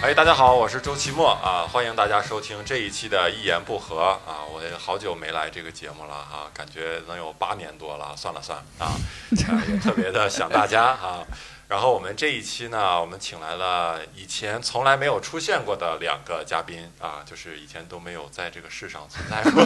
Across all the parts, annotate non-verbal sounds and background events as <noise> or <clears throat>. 哎，大家好，我是周奇墨啊，欢迎大家收听这一期的《一言不合》啊，我也好久没来这个节目了哈、啊，感觉能有八年多了，算了算 <laughs> 啊，呃也特别的想大家啊。然后我们这一期呢，我们请来了以前从来没有出现过的两个嘉宾啊，就是以前都没有在这个世上存在过。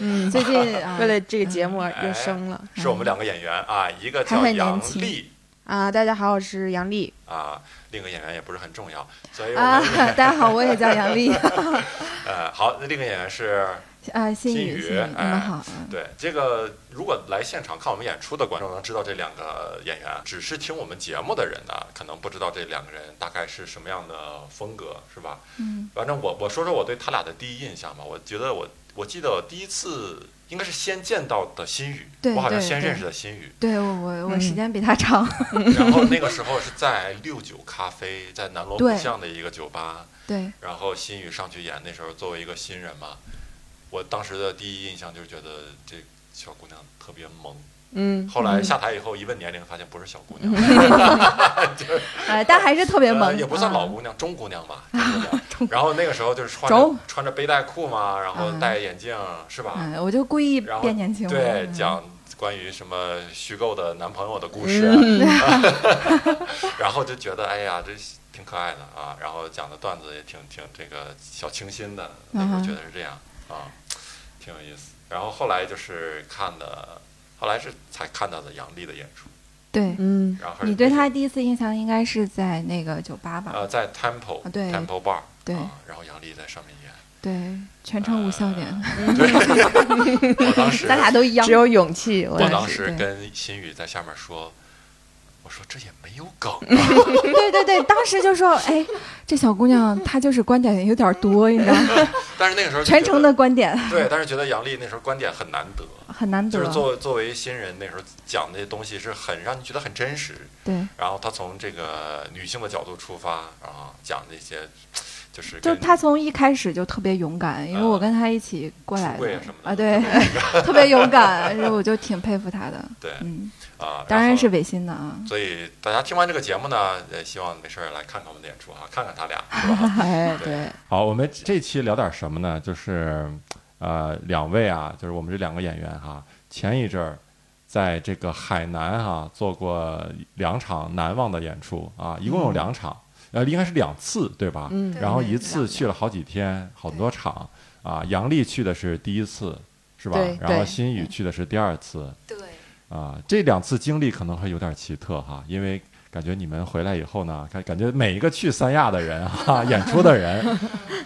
嗯，最近啊，为了这个节目而哎又生了。 <laughs> 是我们两个演员啊，一个还叫很年杨轻丽啊，大家好，我是杨丽。啊，另一个演员也不是很重要，所以我啊们，大家好，我也叫杨 <laughs> 丽呃，好，那另一个演员是啊，新新宇，宇新宇，你哎们好。嗯对这个，如果来现场看我们演出的观众能知道这两个演员，只是听我们节目的人呢，可能不知道这两个人大概是什么样的风格，是吧？嗯，反正我我说说我对他俩的第一印象吧。我觉得我我记得我第一次应该是先见到的新宇，对我好像对先对认识的新 <laughs> 宇，对我我我嗯时间比他长。 <laughs> 然后那个时候是在六九咖啡，在南锣鼓对巷的一个酒吧， <laughs> 对，然后新宇上去演，那时候作为一个新人嘛，我当时的第一印象就是觉得这小姑娘特别萌。嗯，后来下台以后一问年龄，发现不是小姑嗯娘，呃，但还是特别呃萌，也不算啊老姑娘，中姑娘吧。中姑娘 <laughs> 然后那个时候就是穿中着穿着背带裤嘛，然后戴眼镜是吧？嗯嗯，我就故意然后变年轻嘛。对，嗯讲关于什么虚构的男朋友的故事，啊嗯，然后就觉得哎呀，这挺可爱的啊。然后讲的段子也挺挺这个小清新的，那时候嗯哼觉得是这样啊，挺有意思。然后后来就是看的，后来是才看到的杨笠的演出， <laughs> 对，嗯，然后你对那他第一次印象应该是在那个酒吧吧？呃，在 Temple、啊对 Temple Bar 对啊，然后杨笠在上面 <laughs> 演，对，全程无笑点。呃我当时 <laughs> 咱俩都一样只。有勇气。我我对当是嗯时对跟新宇在下面说，我说这也没有梗啊， <laughs> 对对对，当时就说，哎，这小姑娘她就是观点有点多，你知道吗？ <laughs> 但是那个时候就全觉程得的观点对，但是觉得杨笠那时候观点很难得，很难就得是。作作为新人那时候讲那些东西是很让你觉得很真实，对，然后他从这个女性的角度出发，然后讲这些就是就跟他从一开始就特别勇敢，因为我跟他一起过来啊出的柜什么的啊，对，特别勇敢，然后我就挺佩服他的。 <laughs> 对嗯，啊，当然后是违心 <laughs> 的啊。所以大家听完这个节目呢，也希望没事儿来看看我们的演出哈，看看他俩。哎，对，好，我们这期聊点什么呢？就是，呃，两位啊，就是我们这两个演员哈、前一阵儿在这个海南哈、做过两场难忘的演出啊，一共有两场，呃，应该是两次对吧？嗯，然后一两次次去了好几天，好多场啊。杨丽去的是第一次，是吧对？然后对新宇去的是第二次对，啊。这两次经历可能会有点奇特哈，因为感觉你们回来以后呢，感感觉每一个去三亚的人哈，演出的人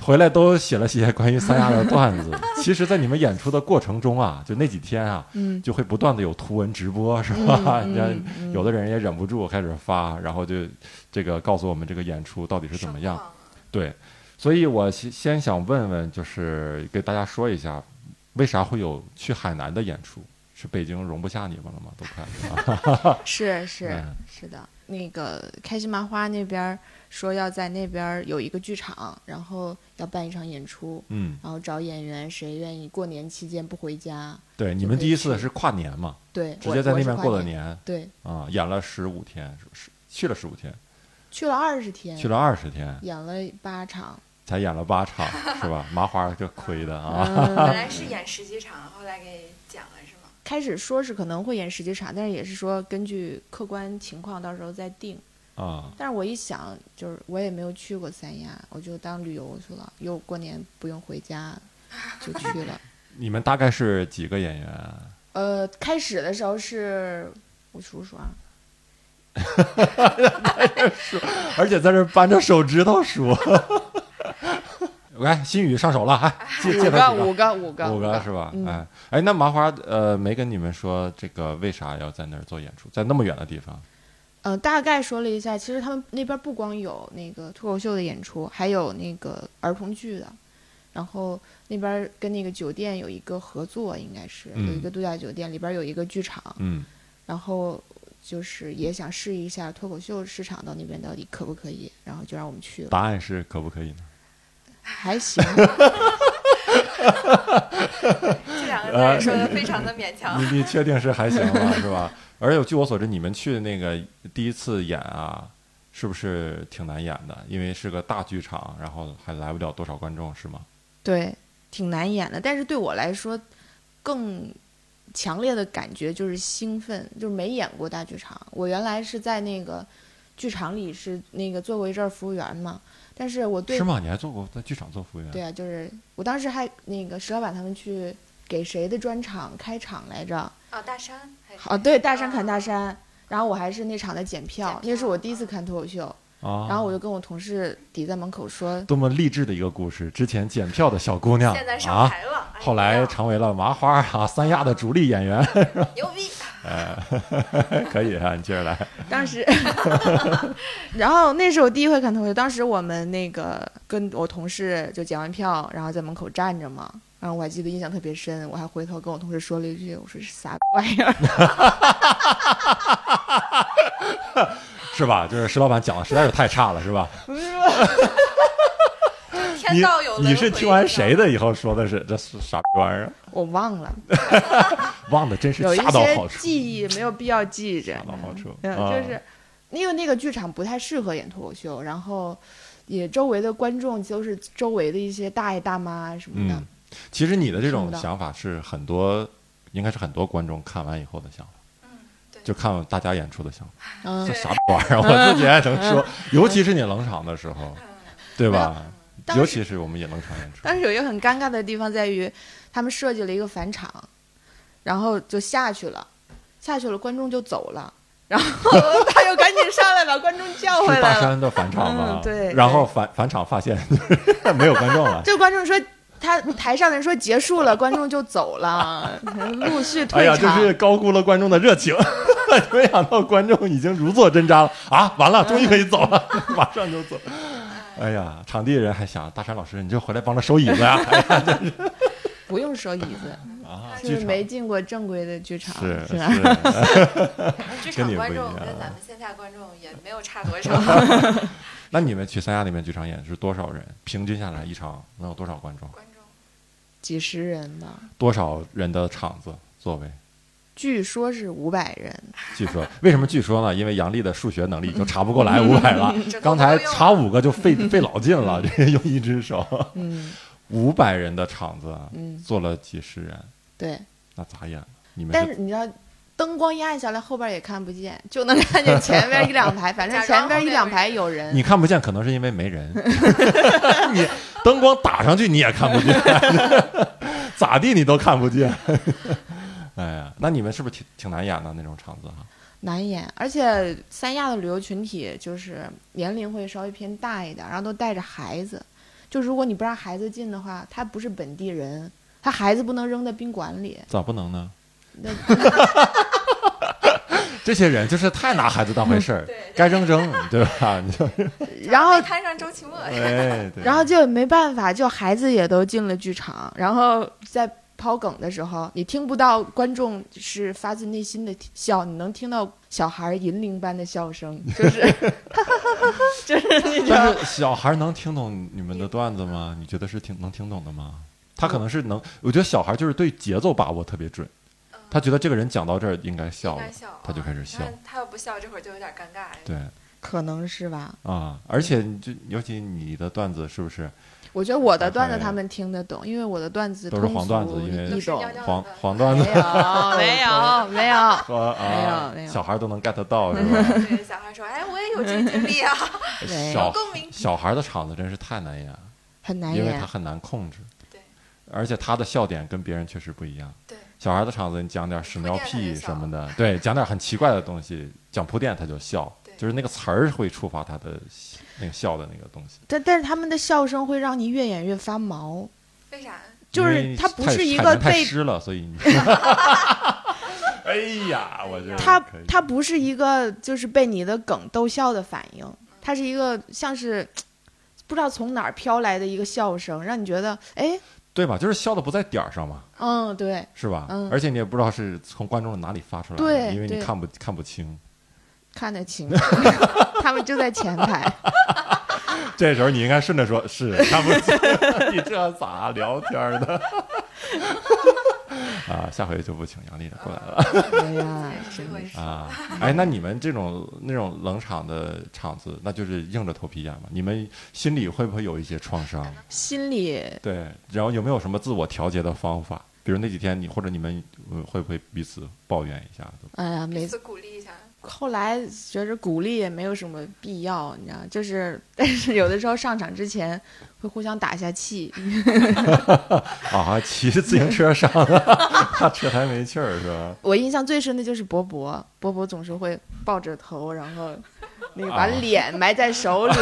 回来都写了些关于三亚的段子。其实，在你们演出的过程中啊，就那几天啊，嗯，就会不断的有图文直播， <laughs> 是吧？嗯你看、有的人也忍不住开始发，然后就这个告诉我们这个演出到底是怎么样。啊盛况？对，所以我先先想问问，就是给大家说一下，为啥会有去海南的演出？是北京容不下你们了吗？都快 <laughs> 啊是是嗯是的，那个开心麻花那边儿说要在那边儿有一个剧场，然后要办一场演出，嗯，然后找演员谁愿意过年期间不回家？对，你们第一次是跨年嘛，对，直我接在我那是边跨过的年。年对，啊、演了十五天，是是去了十五天，去了二十天，去了二十天，演了八场，才演了八 <laughs> 场，是吧？麻花就亏的啊，本嗯，来是演十几场，后来给讲了是吗？开始说是可能会演十几场，但是也是说根据客观情况到时候再定。啊、但是我一想，就是我也没有去过三亚，我就当旅游去了，又过年不用回家，就去了。你们大概是几个演员啊？呃，开始的时候是我数数啊，而且在这扳着手指头 <laughs> 数。 <laughs> 来，新宇上手了，哎， <laughs> 介 <laughs> 介五绍个几个五个五个五个是吧？嗯哎哎，那麻花呃没跟你们说这个为啥要在那儿做演出，在那么远的地方？呃，大概说了一下，其实他们那边不光有那个脱口秀的演出，还有那个儿童剧的。然后那边跟那个酒店有一个合作，应该是有一嗯个度假酒店，里边有一个剧场，嗯，然后就是也想试一下脱口秀市场到那边到底可不可以，然后就让我们去了，答案是可不可以呢？<laughs> 还行。这两个字呃儿说的非常的勉 <laughs> 强。你你确 <laughs> 定是还行吗？是吧？而且据我所知，你们去那个第一次演啊，是不是挺难演的？因为是个大剧场，然后还来不了多少观众，是吗？对，挺难演的。但是对我来说，更强烈的感觉就是兴奋，就是没演过大剧场。我原来是在那个剧场里是那个做过一阵儿服务员嘛，但是我对是吗？你还做过在剧场做服务员？对啊，就是我当时还那个石老板他们去给谁的专场开场来着？啊，大山还是啊，对，大山砍大啊山。然后我还是那场的检票检，那是我票第一次看脱口秀。啊，然后我就跟我同事抵在门口说， <laughs> 多么励志的一个故事！之前检票的小姑娘现在上啊，台了，哎后来呀成为了麻花啊三亚的主力演员， <laughs> 牛逼，可以啊，你接着来。当时， <laughs> 然后那是我第一回看脱口秀。当时我们那个跟我同事就检完票，然后在门口站着嘛。然后我还记得印象特别深，我还回头跟我同事说了一 <laughs> 句：“我说是啥玩意儿是吧？就是石老板讲的实在是太差了，是 <laughs> 吧？天你道有轮你是回听完知道谁吗的以后说的是这是啥逼玩意儿？？”我忘了，忘的真是有一恰到好些处，记忆没有必要记着恰。到好处。嗯，啊就是因为那个剧场不太适合演脱口秀，然后也周围的观众都是周围的一些大爷大妈什么的。嗯，其实你的这种是的想法是很多，应该是很多观众看完以后的想法，嗯，对，就看大家演出的想法，嗯这对啥逼玩意儿？我自己也能说， <laughs> 尤其是你冷场的时候，嗯对吧？当尤时其是我们也冷场演出但，是有一个很尴尬的地方在于，他们设计了一个返场，然后就下去了，下去了，观众就走了，然后他又赶紧上来把观众叫回是大来了。山的返场嘛嗯？对然后返返场发现 <laughs> 没有观众了。这观众说，他台上的人说结束了，观众就走了，陆续哎退呀，就场。是高估了观众的热情， <laughs> 没想到观众已经如坐针毡了啊！完了，终于可以走了，<laughs> 嗯马上就走。哎呀，场地人还想大山老师，你就回来帮着收椅子 <laughs> 呀！哎呀不用收椅子，啊，就剧就是场没进过正规的剧场，是吧？是，剧跟你不场观一众样啊跟咱们线下观众也没有差多少， <laughs> 那你们去三亚那边剧场演是多少人？平均下来一场能有多少观众？观 <laughs> 众几十人吧，多少人的场子座位？据说是五百人。据说为什么据说呢？因为杨丽的数学能力就查不过嗯来五百 <laughs> 了，整个刚才都用查五个就费费老劲了，这用一只手，嗯五百人的场子啊嗯，坐了几十人。对。那咋演？你们但是你知道，灯光一暗下来，后边也看不见，就能看见前面一两 <laughs> 排，反正假装前边一两排有人。你看不见，可能是因为没人。你灯光打上去你也看不见， <laughs> 咋地你都看不见。哎呀，那你们是不是挺挺难演的那种场子哈？难演，而且三亚的旅游群体就是年龄会稍微偏大一点，然后都带着孩子。就如果你不让孩子进的话，他不是本地人，他孩子不能扔在宾馆里。咋不能呢？ <laughs> 那这些人就是太拿孩子当回事儿，对，该扔扔，对吧？你就然后没摊上 <laughs> 周奇墨，哎，对然后就没办法，就孩子也都进了剧场，然后在抛梗的时候，你听不到观众是发自内心的笑，你能听到小孩银铃般的笑声，就是 <laughs> 就是那种但是小孩能听懂你们的段子吗？你觉得是听能听懂的吗？他可能是能，我觉得小孩就是对节奏把握特别准，嗯他觉得这个人讲到这儿应该笑应了该，笑，他就啊开始你笑看他要不笑，这会儿就有点尴尬。对。 <laughs> 可能是吧。啊，而且你就尤其你的段子是不是我觉得我的哎段子他们听得懂，因为我的段子都是通黄段子俗因为都易是懂尿。尿黄的黄段没子有，没有， <laughs> 没有。和啊哎没有没有小孩都能 get 到是 <laughs> 吧？对，小孩说：“哎，我也有这经 <laughs> 历啊，没有小共鸣。小孩的场子真是太难演，很难因为他演，很难控制。对，而且他的笑点跟别人确实不一样。”对，小孩的场子，你讲点屎尿铺垫他屁就笑什么的，对，讲点很奇怪的东西，讲铺垫他就笑对，就是那个词儿会触发他的那个笑的那个东西。但 <laughs> 但是他们的笑声会让你越演越发毛，为啥？就因是为它不太是一太个太被湿了，所以 <laughs> 你。 <laughs> 哎呀，我这它可以它不是一个就是被你的梗逗笑的反应，它是一个像是不知道从哪儿飘来的一个笑声，让你觉得哎，对吧？就是笑的不在点儿上嘛。嗯，对，是吧？嗯而且你也不知道是从观众的哪里发出来的，对因为你对看不看不清。看 <laughs> 得清，他们就在前排，这时候你应该 <laughs> 顺着说，是看不清，你这咋聊天儿的？ <laughs> 啊，下回就不请杨丽过来了。哎嗯呀，这真回的是是啊，哎，那你们这种那种冷场的场子，那就是硬着头皮演嘛。你们心里会不会有一些创伤？心里对，然后有没有什么自我调节的方法？比如那几天你或者你们呃会不会彼此抱怨一下子？哎呀，彼每此鼓励一下。后来觉着鼓励也没有什么必要，你知道，就是但是有的时候上场之前会互相打一下气，啊，骑着自行车上，他车还没气儿是吧？我印象最深的就是博博，博博总是会抱着头，然后那个把啊脸埋在手 <laughs> 里，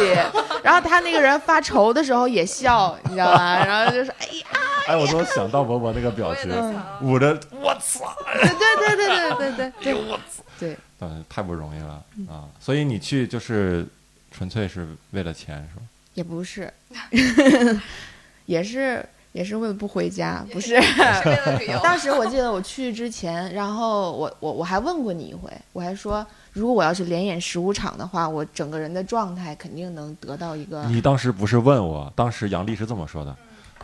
然后他那个人发愁的时候也笑，你知道吧？然后就说：“哎呀，哎，我都想到伯伯那个表我也情能，嗯想，捂着我操，哎对对对对对对对对，我对，嗯嗯，太不容易了啊！所以你去就是纯粹是为了钱是吧？也不是，也是也是为了不回家，不是。” <laughs> 是为了旅游。。当时我记得我去之前，然后我我我还问过你一回，我还说如果我要是连演十五场的话，我整个人的状态肯定能得到一个。你当时不是问我，当时杨丽是这么说的：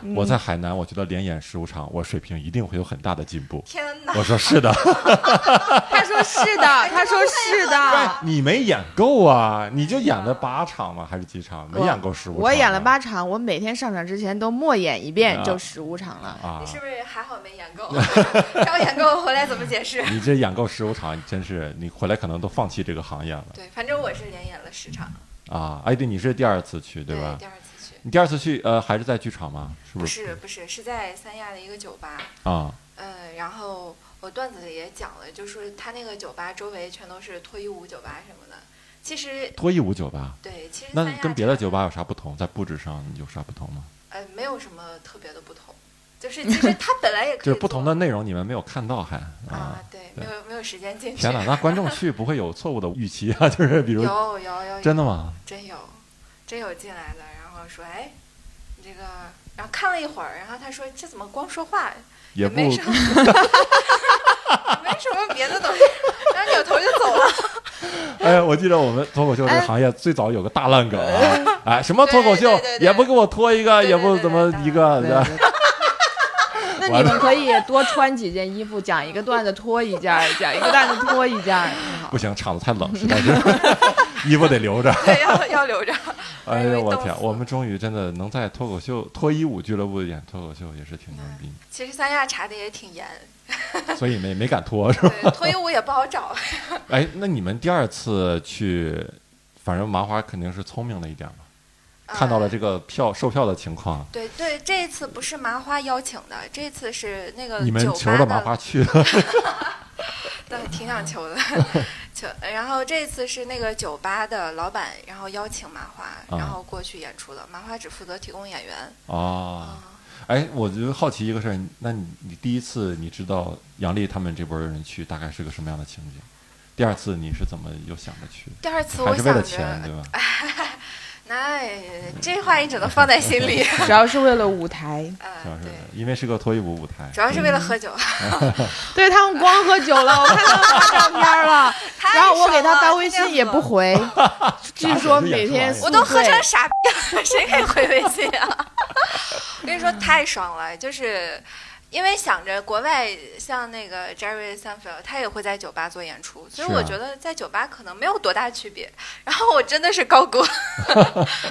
嗯我在海南，我觉得连演十五场，我水平一定会有很大的进步天哪！我说是的， <laughs> 他说是的，他说是 <laughs> 的。你没演够啊，你就演了八场吗？还是几场？没演够十五。我演了八场，我每天上场之前都默演一遍，啊就十五场了。啊你，是不是还好没演够？ <laughs> 要演够回来怎么解释？ <laughs> <laughs> 你这演够十五场，你真是你回来可能都放弃这个行业了对，反正我是连演了十场，啊！哎，对，你是第二次去对吧第？二次去，你第二次去呃还是在剧场吗？是不不是是不是是在三亚的一个酒吧，啊？嗯，然后我段子里也讲了，就是他那个酒吧周围全都是脱衣舞酒吧什么的。其实脱衣舞酒吧，对，其实那三亚跟别的这酒吧有啥不同？在布置上有啥不同吗？呃没有什么特别的不同，就是其实他本来也可以就是不做同的内容你们没有看到还啊啊，对，没有没有时间进去天。 <laughs> 哪，那观众去不会有错误的预期啊？ <laughs> 就是比如有有有真的吗？真有真有进来的，然后说哎，你这个，然后看了一会儿，然后他说这怎么光说话也不没什么， <laughs> 没什么别的东西， <laughs> 然后扭头就走了。哎，我记得我们脱口秀这个行业最早有个大烂梗 <laughs> 啊，哎，什么脱口秀哎对对对对也不给我脱一个，对对也不怎么一个，对吧对 <laughs> 对那你们可以多穿几件衣服，讲一个段子脱一件儿，讲一个段子脱一件儿，挺好不。行，场子太冷，实在是 <laughs> 衣服得留着。对，要要留着。 <laughs> <laughs> 哎容呦，易我冻天，死我们终于真的能在脱口秀脱衣舞俱乐部演脱口秀，也是挺牛逼，其实三亚查的也挺严，所以没没敢脱是 <laughs> 吧？对，脱衣舞也不好找。 <laughs> 哎，那你们第二次去，反正麻花肯定是聪明了一点嘛，看到了这这。个票售票的情况，对对，这一次不是麻花邀请的，这次是那个你们呃酒求吧着的麻花去了对，挺想求 <laughs> 的，求。然后这次是那个酒吧的老板，然后邀请麻花，啊然后过去演出的。麻花只负责提供演员。哦。啊，哎，我就好奇一个事儿，那你你第一次你知道杨丽他们这波人去大概是个什么样的情景？第二次你是怎么又想着去？第二次还我是为想了钱对着，吧？那这话你只能放在心 <laughs> 里。主要是为了舞台，主要啊，是对，因为是个脱衣舞舞台，主要是为了喝 <laughs> 嗯酒。 <laughs> 对他们光喝酒了，我看到他照片了，太然后我爽给他了发微天信天也不喝 <laughs> 回，据说每天我都喝成傻逼了，谁给回微信啊？ <laughs> 我跟你说太爽了，就是因为想着国外像那个 Jerry Seinfeld，他也会在酒吧做演出，所以是啊我觉得在酒吧可能没有多大区别。 <laughs> 然后我真的是高估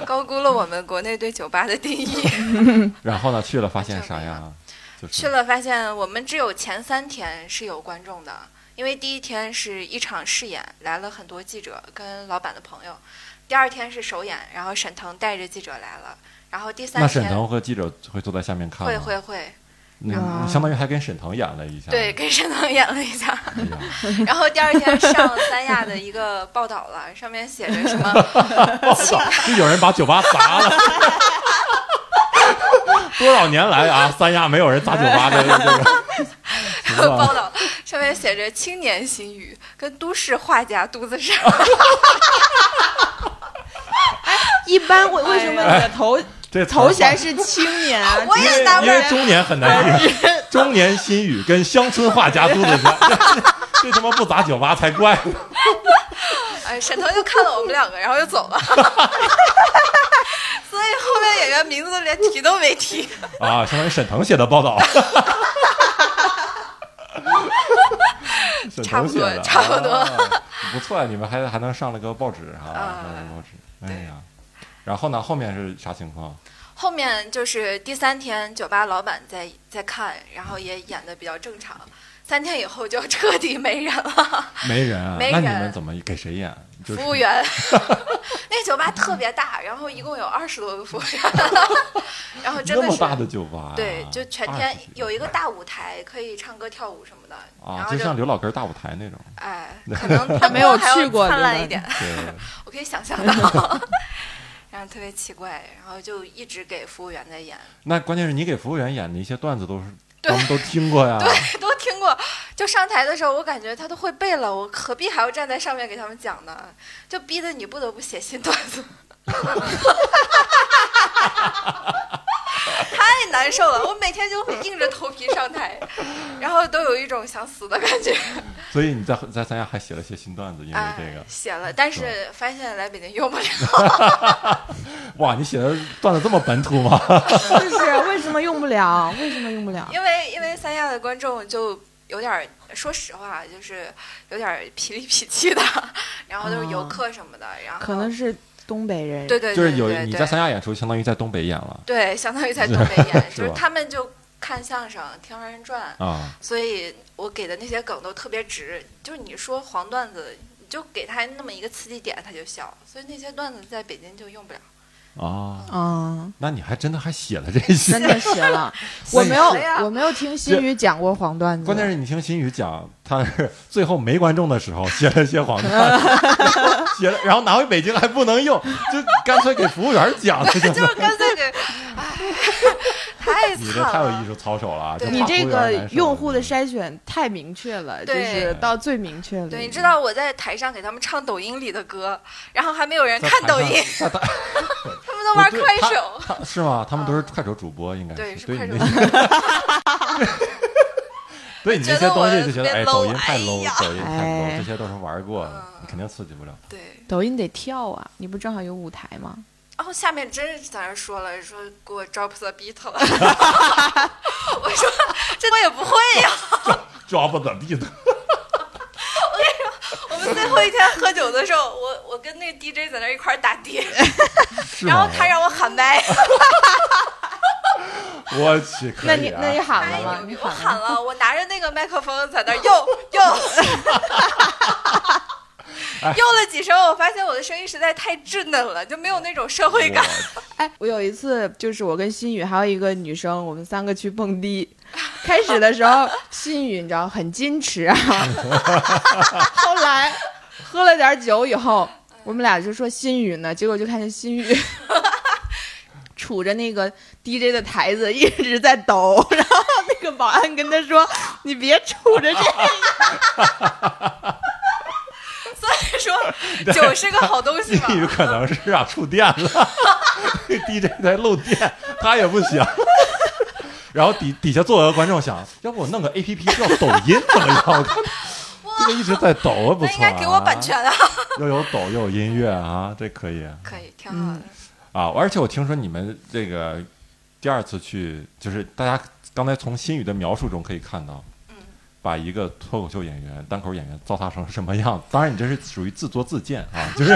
高估了我 <laughs> 们国内对酒吧的定义。然后呢去了发现啥呀？就是去了发现我们只有前三天是有观众的，因为第一天是一场试演，来了很多记者跟老板的朋友；第二天是首演，然后沈腾带着记者来了，然后第三那沈天腾和记者会坐在下面看吗？会会会，你啊你相当于还跟沈腾演了一下，对，，跟沈腾演了一下。哎呀，然后第二天上三亚的一个报道了，上面写着什么？ <laughs> 我操！就有人把酒吧砸了。 <laughs> 多少年来啊，三亚没有人砸酒吧 <laughs> 的这个。行吧报道上面写着“青年新语”跟都市画家肚子上。一般为为什么你的哎 <laughs> 头这词儿头衔是青 <laughs> 年啊？我也纳因为闷，中年很难 <laughs> 听，中年心语跟乡村画家肚子上， <laughs> 这他妈不砸酒吧才怪。哎，沈腾就看了我们两个，然后就走了。 <laughs> 所以后面演员名字都连提都没提。 <laughs> 啊，相当于沈腾写的报道。沈差腾不写多的，差不多啊 <laughs> 不错呀，你们还还能上了个报纸哈，啊上了个报纸，哎对呀，然后呢，后面是啥情 <laughs> 况？后面就是第三天，酒吧老板在在看，然后也演的比较正常。三天以后就彻底没人了，没人啊，没那你人们怎么给谁演？就是服务员。 <laughs> 那酒吧特别大，然后一共有二十多个服务员，然后真那的么是大的酒吧，啊对，就全天20有一个大舞台，可以唱歌跳舞什么的。然啊，后就像刘老根儿大舞台那 <laughs> 种， <laughs> 哎，可能灯他 <laughs> 没有光还要去过灿烂对吧一点，对，我可以想象到。 <laughs> 然后特别奇怪，然后就一直给服务员在演，那关键是你给服务员演的一些段子都是， <laughs> 对咱们都听过呀，对， <laughs> 都听过。就上台的时候，我感觉他都会背了，我何必还要站在上面给他们讲呢？就逼得你不得不写新段子， <laughs> 太难受了。我每天就会硬着头皮上台，然后都有一种想死的感觉。所以你在在三亚还写了些新段子，因为嗯这个嗯哎，，写了，但是发现来北京用不了。哇，你写的段子这么本土吗？就是为什么用不了？为什么用不了？因为因为三亚的观众就有点儿，说实话就是有点儿痞里痞气的， <laughs> 然后都是游客什么的，然后哦可能是东北人，对对对就是对有对你在三亚演出，相当于在东北演了对，相当于在东北 <laughs> 演，是就是吧他们就看相声、听二人转，啊，所以我给的那些梗都特别直，就是你说黄段子。你就给他那么一个刺激点，他就笑，所以那些段子在北京就用不了。啊，嗯，那你还真的还写了这 <laughs> 些真，的写了。我没有谁哎呀，我没有听新宇讲过黄段子。关键是你听新宇讲，他是最后没观众的时候写了些黄段 <laughs> 子，写了，然后拿回北京还不能用，就干脆给服务员讲了，就 <laughs> 就是干脆给，哎， <laughs> 太你惨这太有了艺。术操守了啊，对你怕这服务员个难受嗯用户的筛选太明确了，就对是到最明确了。对，你知道我在台上给他们唱抖音里的歌，然后还没有人在看台抖上音，，在台他们都玩不对快他手。他是吗？他们都是快手主播，应该嗯对是是对你快手那 <laughs> 些，对你那些东西就觉得觉得我哎，抖别 low，音太哎 low，呀抖音太 low，哎这些都是玩过的，嗯你肯定刺激不了。对，抖音得跳啊，你不正好有舞台吗？然后下面真是在那儿说了，说给我 drop the beat <laughs> 了。我说这我也不会 <laughs> 呀、抓不怎 <laughs> 地的，我们最后一天喝酒的时候，我我跟那个 DJ 在那儿一块儿打碟，是然后吗？他让我喊麦，我去，可那以你啊那你喊哎了吗？你我喊了喊了，我拿着那个麦克风在那儿又 <laughs> 又。又了几声，我发现我的声音实在太稚嫩了，就没有那种社会感。我哎，我有一次就是我跟新宇还有一个女生，我们三个去蹦迪。开始的时候，新宇你知道很矜持啊， <laughs> 后来喝了点酒以后，我们俩就说新宇呢，结果就看见新 <laughs> 宇杵着那个 DJ 的台子一直在抖，然后那个保安跟他说：“你别杵着这个。 <laughs> 所以说，酒是个好东西嘛。有可能是啊，触电了，DJ 在漏电，他也不想。然后底底下坐有个观众想，要不我弄个 A P P 叫抖音怎么样？我看这个一直在抖，不错、那啊。应该给我版权啊！又有抖又有音乐啊，这可以可以，挺好的。啊！而且我听说你们这个第二次去，就是大家刚才从新宇的描述中可以看到，嗯把一个脱口秀演员、单口演员糟蹋成什么样子。当然，你这是属于自作自贱啊，就是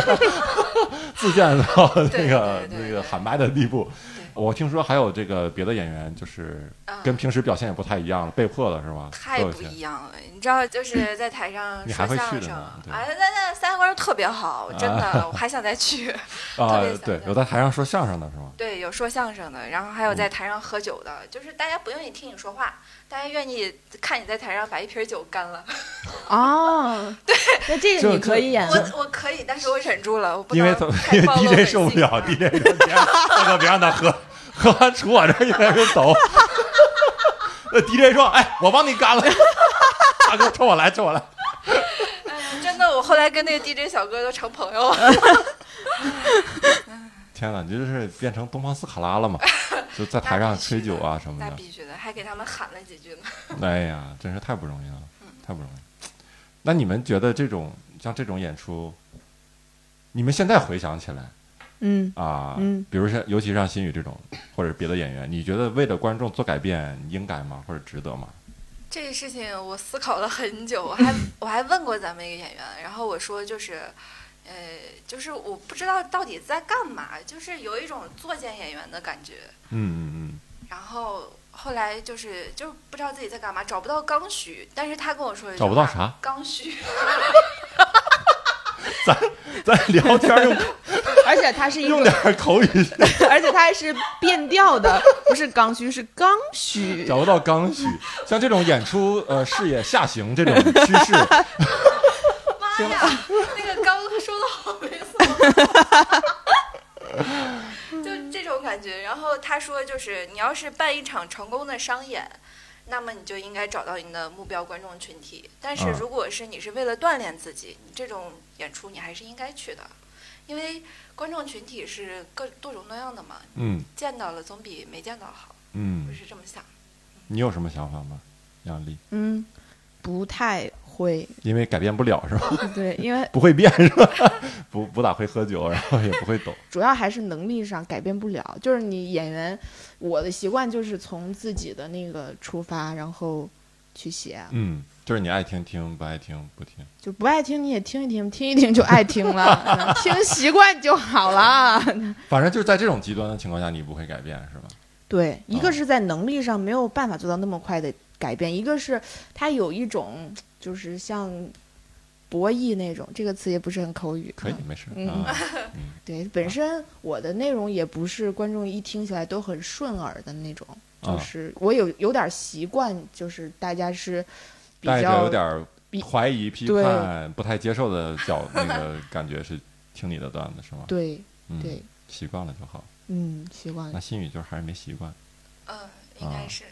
<laughs> 自贱到那个对对对那对个喊麦的地步。对我听说还有这个别的演员，就是嗯跟平时表现也不太一样了，被迫了是吧？太都有不些一样了，你知 <clears throat> 道，就是在台上你还说会相去的声，呢啊，对那那三个观众特别好，真的，我还想再去。啊特别，想对，象有在台上说相声的是吗？对，有说相声的，然后还有嗯在台上喝酒的，就是大家不愿意听你说话，大家愿意看你在台上把一瓶酒 <laughs> 干了。”哦， <laughs> 对，那这就个你可以演我我可以，但是我忍住了，我不因为能他太因为暴露本 DJ 受不性了啊，DJ 说别让大哥别让他喝，喝完杵我这儿一来就走。那 DJ 说：“哎，我帮你干了。”大哥冲我来，冲我来。 <laughs> 真的，我后来跟那个 DJ 小哥都成朋友了。天哪，你这是变成东方斯卡拉了嘛？就在台上吹酒啊什么那的。必须的，还给他们喊了 <laughs> 几句呢。哎呀，真是太不容易了，太不容易。那你们觉得这种像这种演出，你们现在回想起来嗯啊，嗯比如像尤其像新宇这种，或者别的演员，你觉得为了观众做改变应该吗？或者值得吗？这个事情我思考了很久，我还我还问过咱们一个演员，然后我说就是，呃，就是我不知道到底在干嘛，就是有一种作践演员的感觉。嗯嗯然后后来就是就不知道自己在干嘛，找不到刚需，但是他跟我说一句找不到话啥 <laughs> 刚需，嗯，咱聊天 <laughs> 用而且它是一用个，点口语，而且它还是变调的，不是刚需，是刚需。找不到刚需。像这种演出呃视野下行这种趋 <laughs> 势，妈呀，那个刚说的好猥琐。就这种感觉，然后他说，就是你要是办一场成功的商演，那么你就应该找到你的目标观众群体。但是嗯如果是你是为了锻炼自己，你这种演出你还是应该去的，因为观众群体是各多种多样的嘛，嗯见到了总比没见到好，我嗯，是这么想的。你有什么想法吗？杨丽，嗯，不太会，因为改变不了是吧？ <laughs> 对，因为不会变是吧？ <laughs> 不不咋会喝酒，然后也不会抖。 <laughs> 主要还是能力上改变不了。就是你演员，我的习惯就是从自己的那个出发，然后去写，啊嗯，就是你爱听听，不爱听不听。就不爱听你也听一听，听一听就爱听了，嗯听习惯就好了。反正就是在这种极端的情况下，你不会改变是吧？对，一哦个是在能力上没有办法做到那么快的改变，一个是它有一种就是像博弈那种，这个词也不是很口语。可以嗯，没事嗯啊。对，本身我的内容也不是观众一听起来都很顺耳的那种，啊就是我有有点习惯，就是大家是比带着较有点儿比怀疑、批判、不太接受的角那个感觉是听你的段子是吗？对嗯，对，习惯了就好。嗯，习惯那了。心语就是还是没习惯。嗯，应该是。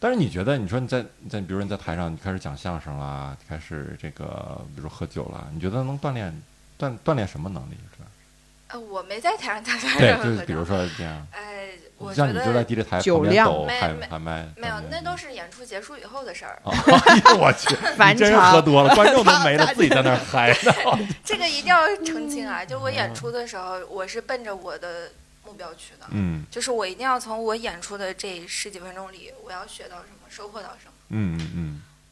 但是你觉得，你说你在你在，比如说你在台上，你开始讲相声啦，开始这个，比如喝酒啦，你觉得能锻炼锻锻炼什么能力？是吧呃，我没在台上大家对任，就何是比如说这样，哎，我觉像你就在得低着台旁酒边量抖没喊没喊麦，没有，感觉那都 <laughs> 是演出结束以后的事儿。啊！ <laughs> 哎呦我去，返你真是场喝 <laughs> 多了，观众都没了，自己在那儿嗨呢。这个一定要澄清啊！嗯就我演出的时候，我是奔着我的目标去的，嗯就是我一定要从我演出的这十几分钟里，我要学到什么，收获到什么。嗯嗯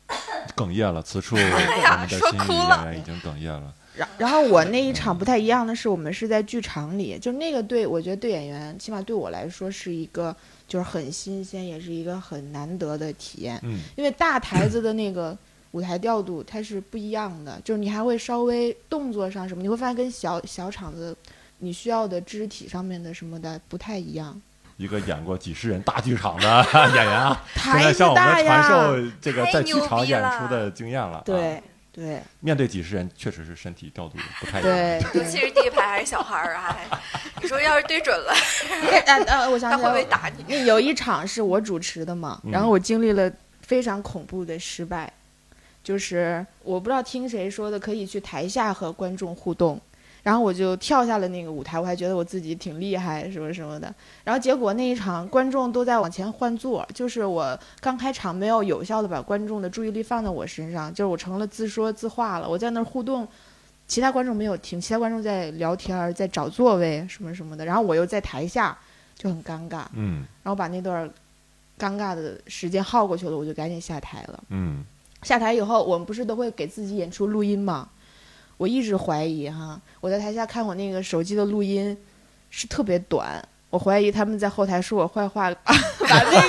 嗯，哽咽了， <laughs> 此处我们的说新哭语演了员已经哽咽了。然然后我那一场不太一样的是，我们是在剧场里，就那个对我觉得对演员，起码对我来说是一个就是很新鲜，也是一个很难得的体验。嗯因为大台子的那个舞台调度它是不一样的，就是你还会稍微动作上什么，你会发现跟小小场子你需要的肢体上面的什么的不太一样。一个演过几十人大剧场的 <laughs> 演员啊，现台在子向我大们传呀，授这个太在剧牛场逼演了出的经验了。啊，对对面对几十人，确实是身体调度不太一对样。尤其是第一排还是小孩儿啊，哎你说要是对准了，对，哎呃，我想他起会来不了会打你？那有一场是我主持的嘛，嗯然后我经历了非常恐怖的失败，就是我不知道听谁说的，可以去台下和观众互动。然后我就跳下了那个舞台，我还觉得我自己挺厉害，什么什么的。然后结果那一场观众都在往前换座，就是我刚开场没有有效的把观众的注意力放到我身上，就是我成了自说自话了。我在那儿互动，其他观众没有听，其他观众在聊天儿，在找座位什么什么的。然后我又在台下，就很尴尬。嗯然后把那段尴尬的时间耗过去了，我就赶紧下台了。嗯下台以后，我们不是都会给自己演出录音吗？我一直怀疑哈，我在台下看我那个手机的录音是特别短，我怀疑他们在后台说我坏话， <laughs> 把 那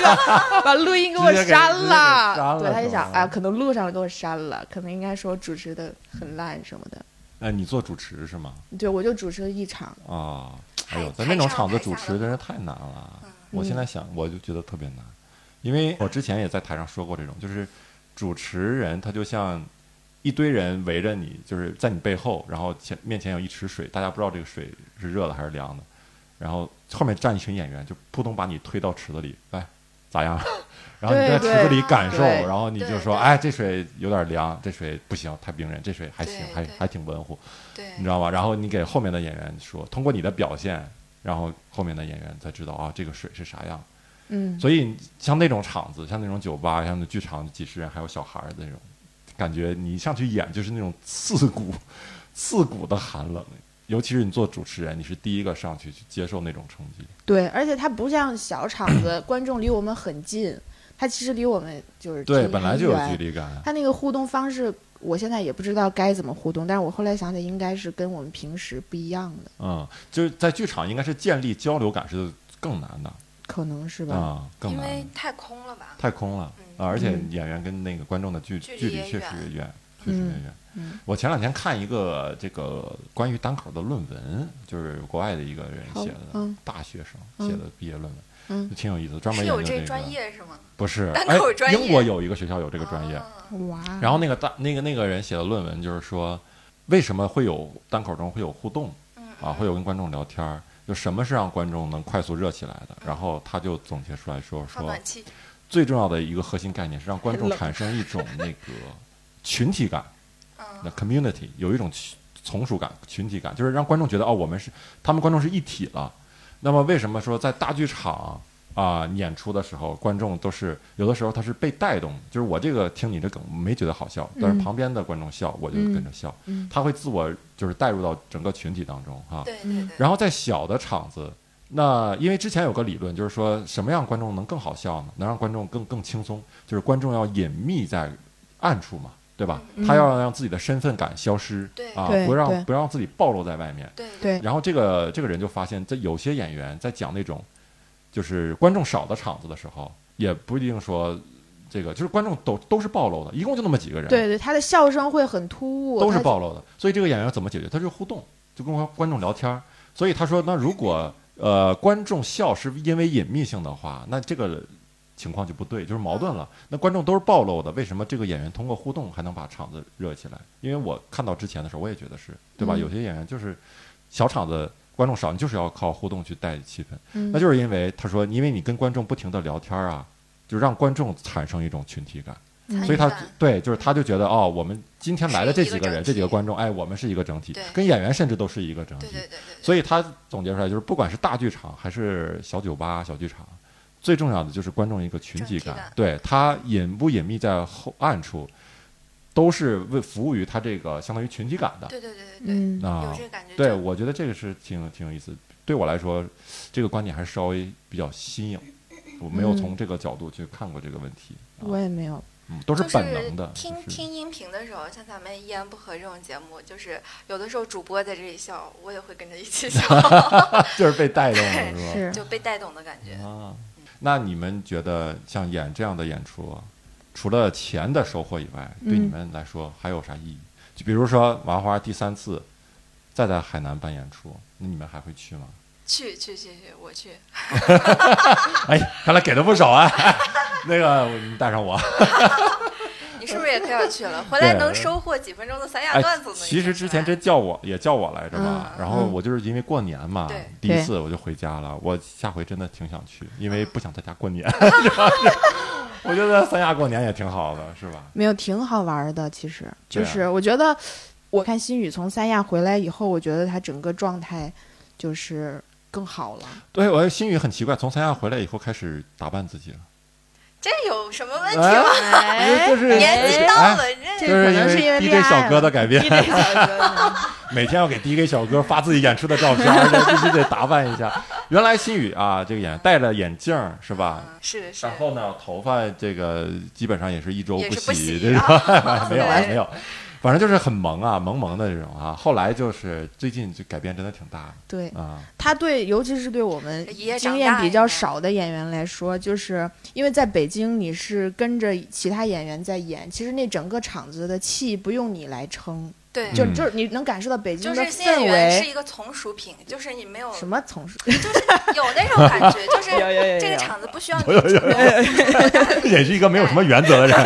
<laughs> 个把录音给我直接给删直接给了。删了对，他是就想吧啊，可能录上了给我删了，可能应该说我主持的很烂什么的。呃，你做主持是吗？对，我就主持了一场，啊，哎太呦，在那种太场上子太主下持了真是太难了。啊我嗯现在想，我就觉得特别难，因为我之前也在台上说过这种，就是主持人他就像一堆人围着你，就是在你背后，然后前面前有一池水，大家不知道这个水是热的还是凉的，然后后面站一群演员，就扑通把你推到池子里，来咋样？ <laughs> 然后你在对池子里对感受，对然后你就对说，对哎，这水有点凉，这水不行，太冰人，这水还行，对还对还挺温乎。对你知道吧？然后你给后面的演员说，通过你的表现，然后后面的演员才知道啊，这个水是啥样。嗯，所以像那种场子，像那种酒吧，像那剧场几十人还有小孩儿的那种，感觉你上去演就是那种刺骨、刺骨的寒冷。尤其是你做主持人，你是第一个上去去接受那种冲击。 <clears throat> 对，而且它不像小场子，观众离我们很近，它其实离我们就是对，挺本来就有远距离感。它那个互动方式，我现在也不知道该怎么互动，但是我后来想起，应该是跟我们平时不一样的，嗯，就是在剧场应该是建立交流感是更难的可能是吧？啊、更因难为的，太空了吧？太空了啊、嗯而且嗯演员跟那个观众的距距离距离也确实远远，确实也远。嗯我前两天看一个这个关于单口的论文，就是国外的一个人好写的，嗯大学生嗯写的毕业论文，嗯就挺有意思，专门是研有究这个。专业是吗？不是，单哎口专业英国有一个学校有这个专业，啊嗯哇，然后那个大那个那个人写的论文就是说，为什么会有单口中会有互动嗯啊，会有跟观众聊天儿，就什么是让观众能快速热起来的？然后他就总结出来说放说暖，气，最重要的一个核心概念是让观众冷产生一种那个群体 <laughs> 感，那嗯 community 有一种群从属感、群体感，就是让观众觉得哦，我们是他们观众是一体了。那么为什么说在大剧场啊、演出的时候，观众都是有的时候他是被带动，就是我这个听你这梗没觉得好笑，但嗯是旁边的观众笑，我就跟着笑，嗯他会自我就是带入到整个群体当中哈、对对嗯对，然后在小的场子，那因为之前有个理论，就是说什么样观众能更好笑呢？能让观众更更轻松，就是观众要隐秘在暗处嘛，对吧？嗯他要让自己的身份感消失，对啊对，不对让不让自己暴露在外面。对对对，然后这个这个人就发现，在有些演员在讲那种就是观众少的场子的时候，也不一定说这个就是观众都都是暴露的，一共就那么几个人，对对，他的笑声会很突兀，都是他暴露的。所以这个演员怎么解决？他就互动，就跟观众聊天儿。所以他说，那如果呃观众笑是因为隐秘性的话，那这个情况就不对，就是矛盾嗯了。那观众都是暴露的，为什么这个演员通过互动还能把场子热起来？因为我看到之前的时候，我也觉得是对吧？嗯有些演员就是小场子。观众少，你就是要靠互动去带气氛，嗯那就是因为他说，因为你跟观众不停的聊天儿啊，就让观众产生一种群体感。嗯所以他参与感对，就是他就觉得哦，我们今天来的这几个人，这是一个整体几个观众，哎，我们是一个整体对，跟演员甚至都是一个整体对。对对对，所以他总结出来就是，不管是大剧场还是小酒吧、小剧场，最重要的就是观众一个群体整感体感。对他隐不隐秘在后暗处，都是为服务于他这个相当于群体感的。对对对对对，嗯啊有这，个感觉就，对，我觉得这个是挺挺有意思。对我来说，这个观点还是稍微比较新颖，我没有嗯从这个角度去看过这个问题。我啊、也没有，嗯，都是就是本能的。听就是听音频的时候，像咱们一言不合这种节目，就是有的时候主播在这里笑，我也会跟着一起笑， <laughs> 就是被带动了，是吧？是就被带动的感觉。啊，那你们觉得像演这样的演出，除了钱的收获以外，对嗯你们来说还有啥意义？就比如说麻花第三次再在海南办演出，那你们还会去吗？去去去去，我去，哎，看来给的不少啊。 <laughs> 那个，你带上我。你是不是也快要去了？回来对能收获几分钟的散哎雅段子呢？其应该实是之前吧真叫我也叫我来着嘛，嗯然后我就是因为过年嘛对，第一次我就回家了。我下回真的挺想去，因为不想在家过 <laughs> 年。 <laughs> 我觉得三亚过年也挺好的，是吧？没有，挺好玩的。其实就对啊是我觉得，我看新宇从三亚回来以后，我觉得他整个状态就是更好了。对，我心宇很奇怪，从三亚回来以后开始打扮自己了，这有什么问题吗？哎，哎就是年纪到了，这这哎就是可能是因为 DJ 恋爱小哥了的改变 DJ 小哥的 <laughs> 每天要给 DJ 小哥发自己演出的照片，而且必须得打扮一下。原来心宇啊，这个演戴着眼镜儿是吧？嗯是的是然的，后呢，头发这个基本上也是一周也是不洗，洗这种、 <laughs> 没有啊对没有，反正就是很萌啊，萌萌的这种啊。后来就是最近就改变真的挺大对的啊， <laughs> 他对，尤其是对我们爷爷长经大验比较呀少的演员来说，就是因为在北京你是跟着其他演员在演，其实那整个场子的气不用你来撑，对，就嗯就是你能感受到北京就的是新演氛员是围。一个从属品，就是你没有什么从事？有那种感 <laughs> 觉，就是有有有有这个有场子不需要你有有有也是一个没有什么原则的人。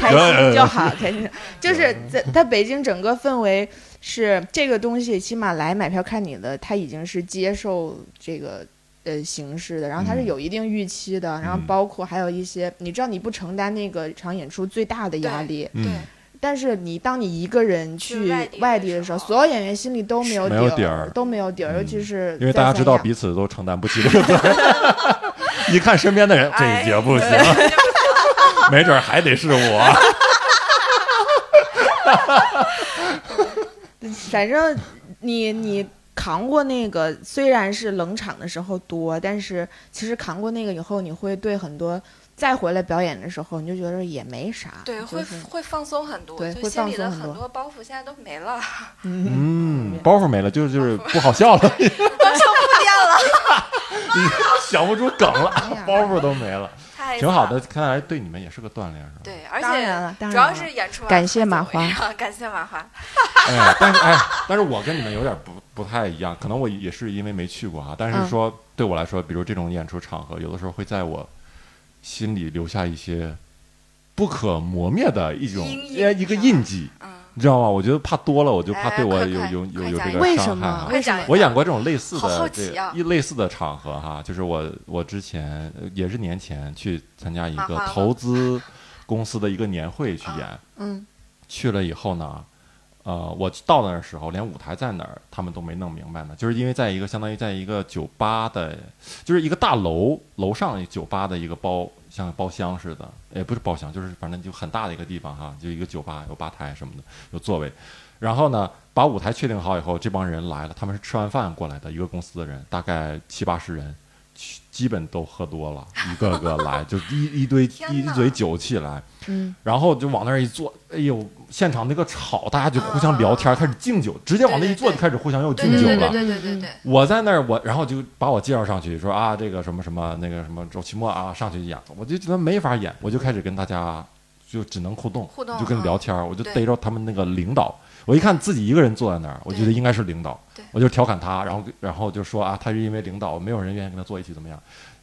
开心就好，<laughs> 开心就好。就是在在北京整个氛围是这个东西，起码来买票看你的，他已经是接受这个呃形式的，然后他是嗯有一定预期的，然后嗯包括还有一些，你知道你不承担那个场演出最大的压对力，嗯，但是你当你一个人去去外地的外地的时时候，候所有演员心里都没有没有底底儿都没有底儿，尤其嗯是 <laughs> 因为在大家知三道亚彼此都承担不起这个责 <laughs> 任。一看身边的人，这哎也不行， <laughs> 没准儿还得是 <laughs> 我。反正你你扛过那个，虽然是冷场的时候多，但是其实扛过那个以后，你会对很多再回来表演的时候，你就觉得也没啥，对，就会是会放松很多，对就会心放里的松很很多多包袱现在都没 <laughs> 了，嗯，嗯，包袱没了，就就是不好笑 <laughs> 了，不变 <laughs> 了，想不出梗了哎呀，包袱都没了，太挺好惨的。了。看来对你们也是个锻炼， <laughs> 是吧？对，而当然了且当主然要了是演出完感会谢怎马么花样，感谢马花。哎，但是哎，但是我跟你们有点不不太一样，可能我也是因为没去过啊。但嗯是说、对我来说，比如这种演出场合，有的时候会在我心里留下一些不可磨灭的一种阴影哎一个是吧印记，嗯，你知道吗？我觉得怕多了，我就怕哎对我快有快有有快有这讲一个下为伤什害啊哈么。快讲一 <laughs> 我下演过这种类似好好的奇这啊一类似的场合哈，就是我我之前呃也是年前去参加一麻个花吗投资公司的一个年会去啊演，嗯，去了以后呢，呃，我到那儿的时候，连舞台在哪儿他们都没弄明白呢，就是因为在一个相当于在一个酒吧的，就是一个大楼楼上一酒吧的一个包，像包厢似的，也不是包厢，就是反正就很大的一个地方哈，就一个酒吧有吧台什么的，有座位。然后呢，把舞台确定好以后，这帮人来了，他们是吃完饭过来的，一个公司的人，大概七八十人，基基本都喝多了，一个个来，就一一堆天一一哪嘴酒气来。嗯，然后就往那儿一坐，哎呦，现场那个吵，大家就互相聊天，开始敬酒，直接往那一坐就开始互相又对敬对酒对了。对对对对对，嗯我在那儿，我然后就把我介绍上去，说啊，这个什么什么那个什么周奇墨啊，上去演，我就觉得没法演，我就开始跟大家就只能互动，互动啊就跟聊天，我就对逮着他们那个领导，我一看自己一个人坐在那儿，我觉得应该是领导对，我就调侃他，然后然后就说啊，他是因为领导，没有人愿意跟他坐一起，怎么样？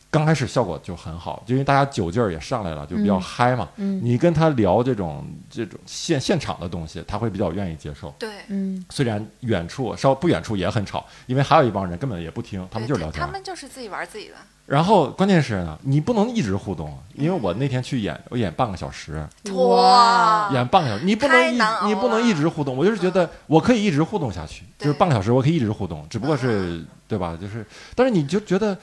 刚开始效果就很好，就因为大家酒劲儿也上来了，就比较嗯嗨嘛。嗯你跟他聊这种这种现现场的东西，他会比较愿意接受。对。嗯，虽然远处稍不远处也很吵，因为还有一帮人根本也不听，他们对就是聊天他。们就是自己玩自己的，然后关键是呢，你不能一直互动，因为我那天去演，我演半个小时，哇演半个小时，你不能太一难熬了你不能一直互动。我就是觉得我可以一直互动下去，对就是半个小时我可以一直互动，只不过是对吧？就是，但是你就觉得。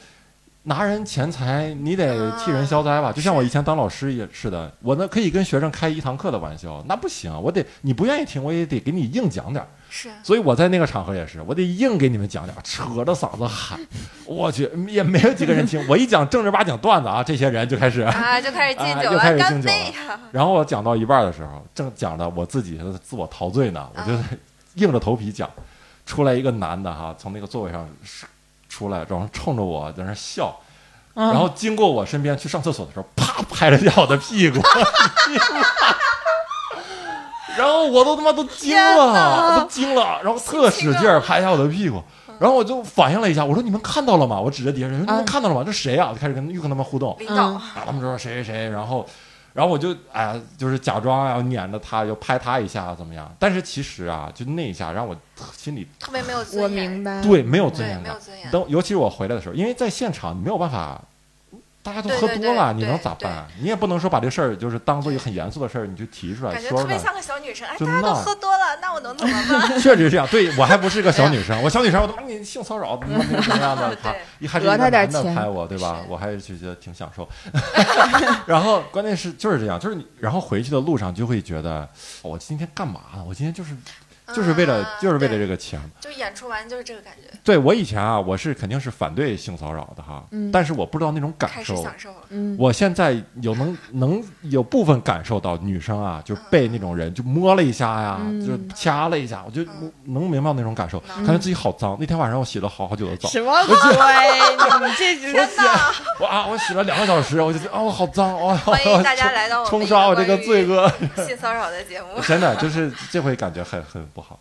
拿人钱财，你得替人消灾吧？就像我以前当老师也是的，我呢可以跟学生开一堂课的玩笑，那不行，啊我得你不愿意听，我也得给你硬讲点儿。 <laughs> 是所以我在那个场合也是，我得硬给你们讲点儿，扯着嗓子喊，我去，也没有几个人听。我一讲正儿八经段子啊，这些人就开始，啊，就开始敬啊又酒了开，始敬酒干杯！然后我讲到一半的时候，正讲着我自己的自我陶醉呢，我就在硬着头皮讲，出来一个男的哈，从那个座位上出来，然后冲着我在那儿笑，嗯然后经过我身边去上厕所的时候，啪拍了一下我的屁股，然后我都他妈都惊了，我都惊了，然后特使劲儿拍一下我的屁股，然后我就反应了一下，我说你们看到了吗？我指着底下人，你们嗯看到了吗？这谁啊？我就开始跟又跟他们互动，领导嗯，啊，他们说谁谁谁，然后，然后我就哎呀，就是假装啊，撵着他，又拍他一下，啊怎么样？但是其实啊，就那一下让我心里特别没有我尊明严，白，对没有尊嗯对，严没感有。尊严，等尤其是我回来的时候，因为在现场你没有办法，大家都对喝对多了，对你对能咋对办啊？你也不能说把这事儿就是当做一个很严肃的事儿，你就提出来感觉啊说特出别来。像个小女生。哎，就大家都闹喝多了，那我能怎么办？确实是这样，对我还不是个哎小女生，我小女生我他妈你性骚扰怎么怎么怎么样 <laughs> 的，他还是一个讹他点男的钱拍我，对吧？是我还是觉得挺享受。 <laughs> 然后关键是就是这样，就是你然后回去的路上就会觉得我今天干嘛呢？我今天就是就是为了、嗯就是为了对这个钱。就演出完就是这个感觉，对我以前啊，我是肯定是反对性骚扰的哈，嗯但是我不知道那种感开始受。享受了。嗯，我现在有能能有部分感受到女生啊，就被那种人就摸了一下呀，嗯就掐了一下，我就嗯能明白那种感受，嗯感觉自己好脏。那天晚上我洗了好好久的澡，什么鬼？<laughs> 你这我是洗我啊，我洗了两个小时，我就觉得啊， <laughs> 我好脏，哦，欢迎大家来到我 <laughs> 冲们刷我一这个关于罪恶，。性骚扰的节 <laughs> 目真的就是这回感觉很很不好。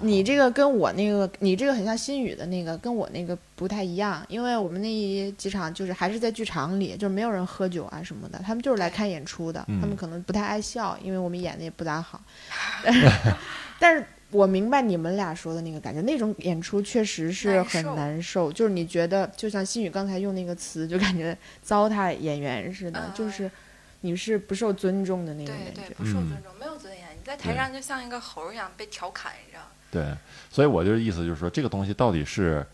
你这个跟我那个，你这个很像新宇的那个，跟我那个不太一样，因为我们那一几场就是还是在剧场里，就是没有人喝酒啊什么的，他们就是来看演出的，嗯他们可能不太爱笑，因为我们演的也不 <laughs> 咋好。但是我明白你们俩说的那个感觉，那种演出确实是很难受难受，就是你觉得就像新宇刚才用那个词，就感觉糟蹋演员似的，啊就是你是不受尊重的那种对感对，觉。不受尊重，没有尊严。你在嗯台对上就像一个猴儿一样被调侃，你知道吗？对，所以我就意思就是说，这个东西到底是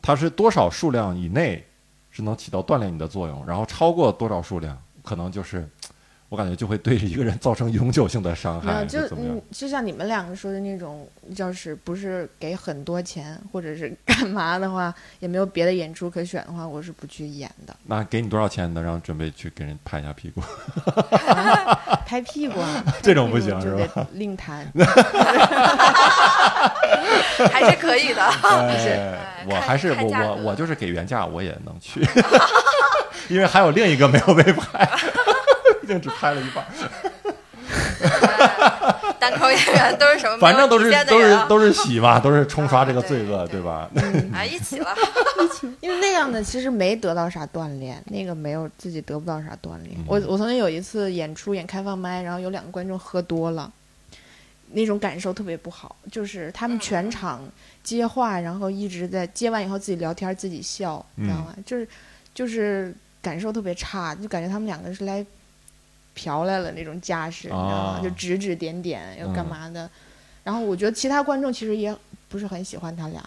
它是多少数量以内是能起到锻炼你的作用，然后超过多少数量，可能就是我感觉就会对一个人造成永久性的伤没有，害，就啊怎么样嗯？，就像你们两个说的那种，就是不是给很多钱或者是 <laughs> 干嘛的话，也没有别的演出可选的话，我是不去演的。那给你多少钱能让准备去给人拍一下屁股？，拍屁股啊 <laughs> 这种不行拍屁股是就吧得另 <laughs> 谈。还是可以的。 <laughs> 哎哎我看还是看我价我格我就是给原价我也能去， <laughs> 因为还有另一个没有被拍， <laughs> 毕竟只拍了一半儿，哎单口演员都是什么？反正都是都是是都是洗嘛，都是冲刷这个罪恶，对对吧？ <laughs> 嗯啊，一起了。因为那样的其实没得到啥锻炼，那个没有自己得不到啥锻炼嗯。我我曾经有一次演出演开放麦，然后有两个观众喝多了，那种感受特别不好，就是他们全场接话，然后一直在接完以后自己聊天自己笑，嗯知道吗？就是就是感受特别差，就感觉他们两个是来嫖来了那种架势，你知道啊嗯吗？就指指点点又干嘛的。然后我觉得其他观众其实也不是很喜欢他俩，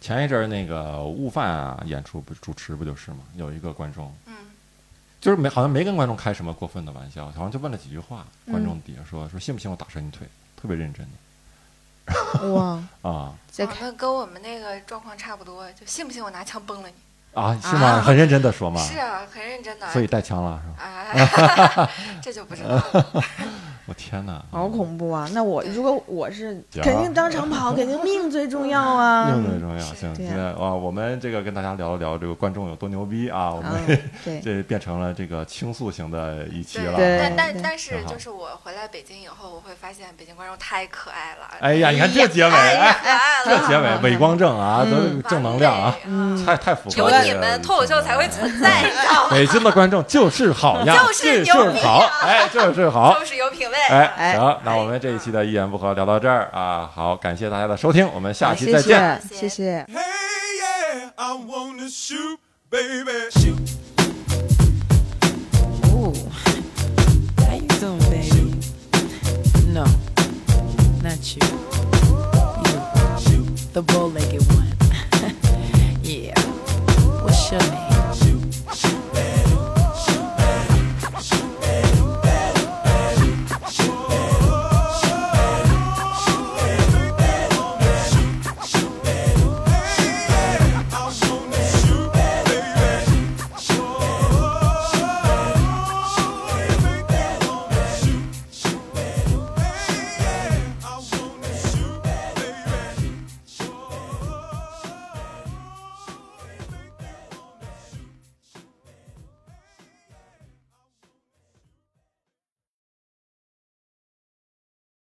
前一阵儿那个悟饭啊演出不是主持不就是吗？有一个观众嗯，就是没好像没跟观众开什么过分的玩笑，好像就问了几句话，观众嗯底下说说信不信我打折你腿，特别认真哇，的啊在我开。们跟我们那个状况差不多，就信不信我拿枪崩了你？啊是吗？很认真的说吗？是啊，很认真的。所以带枪了是吧？哎， <laughs> 这就不知道了。我天哪，哦好恐怖啊！那我如果我是，行肯定当场跑，肯定命最重要啊命。最重要。行，对现啊在啊，我们这个跟大家聊一聊这个观众有多牛逼啊，我们嗯，<laughs> 对，这变成了这个倾诉型的一期了。嗯对但但对但是挺好就是我回来北京以后，我会发现北京观众太可爱了。哎呀，你看这结尾，哎，可爱这了，结尾伪光正啊，都完美正能量啊，嗯嗯太太符合这有个你们脱口秀才会存在，你知道吗？北京的观众就是好呀， <laughs> 就是就牛是逼啊好，哎，就是好。就是有品位。哎，行，那我们这一期的一言不合聊到这儿啊，好，感谢大家的收听，我们下期再见。谢谢谢谢。 Hey, yeah, I wanna shoot, baby. Shoot,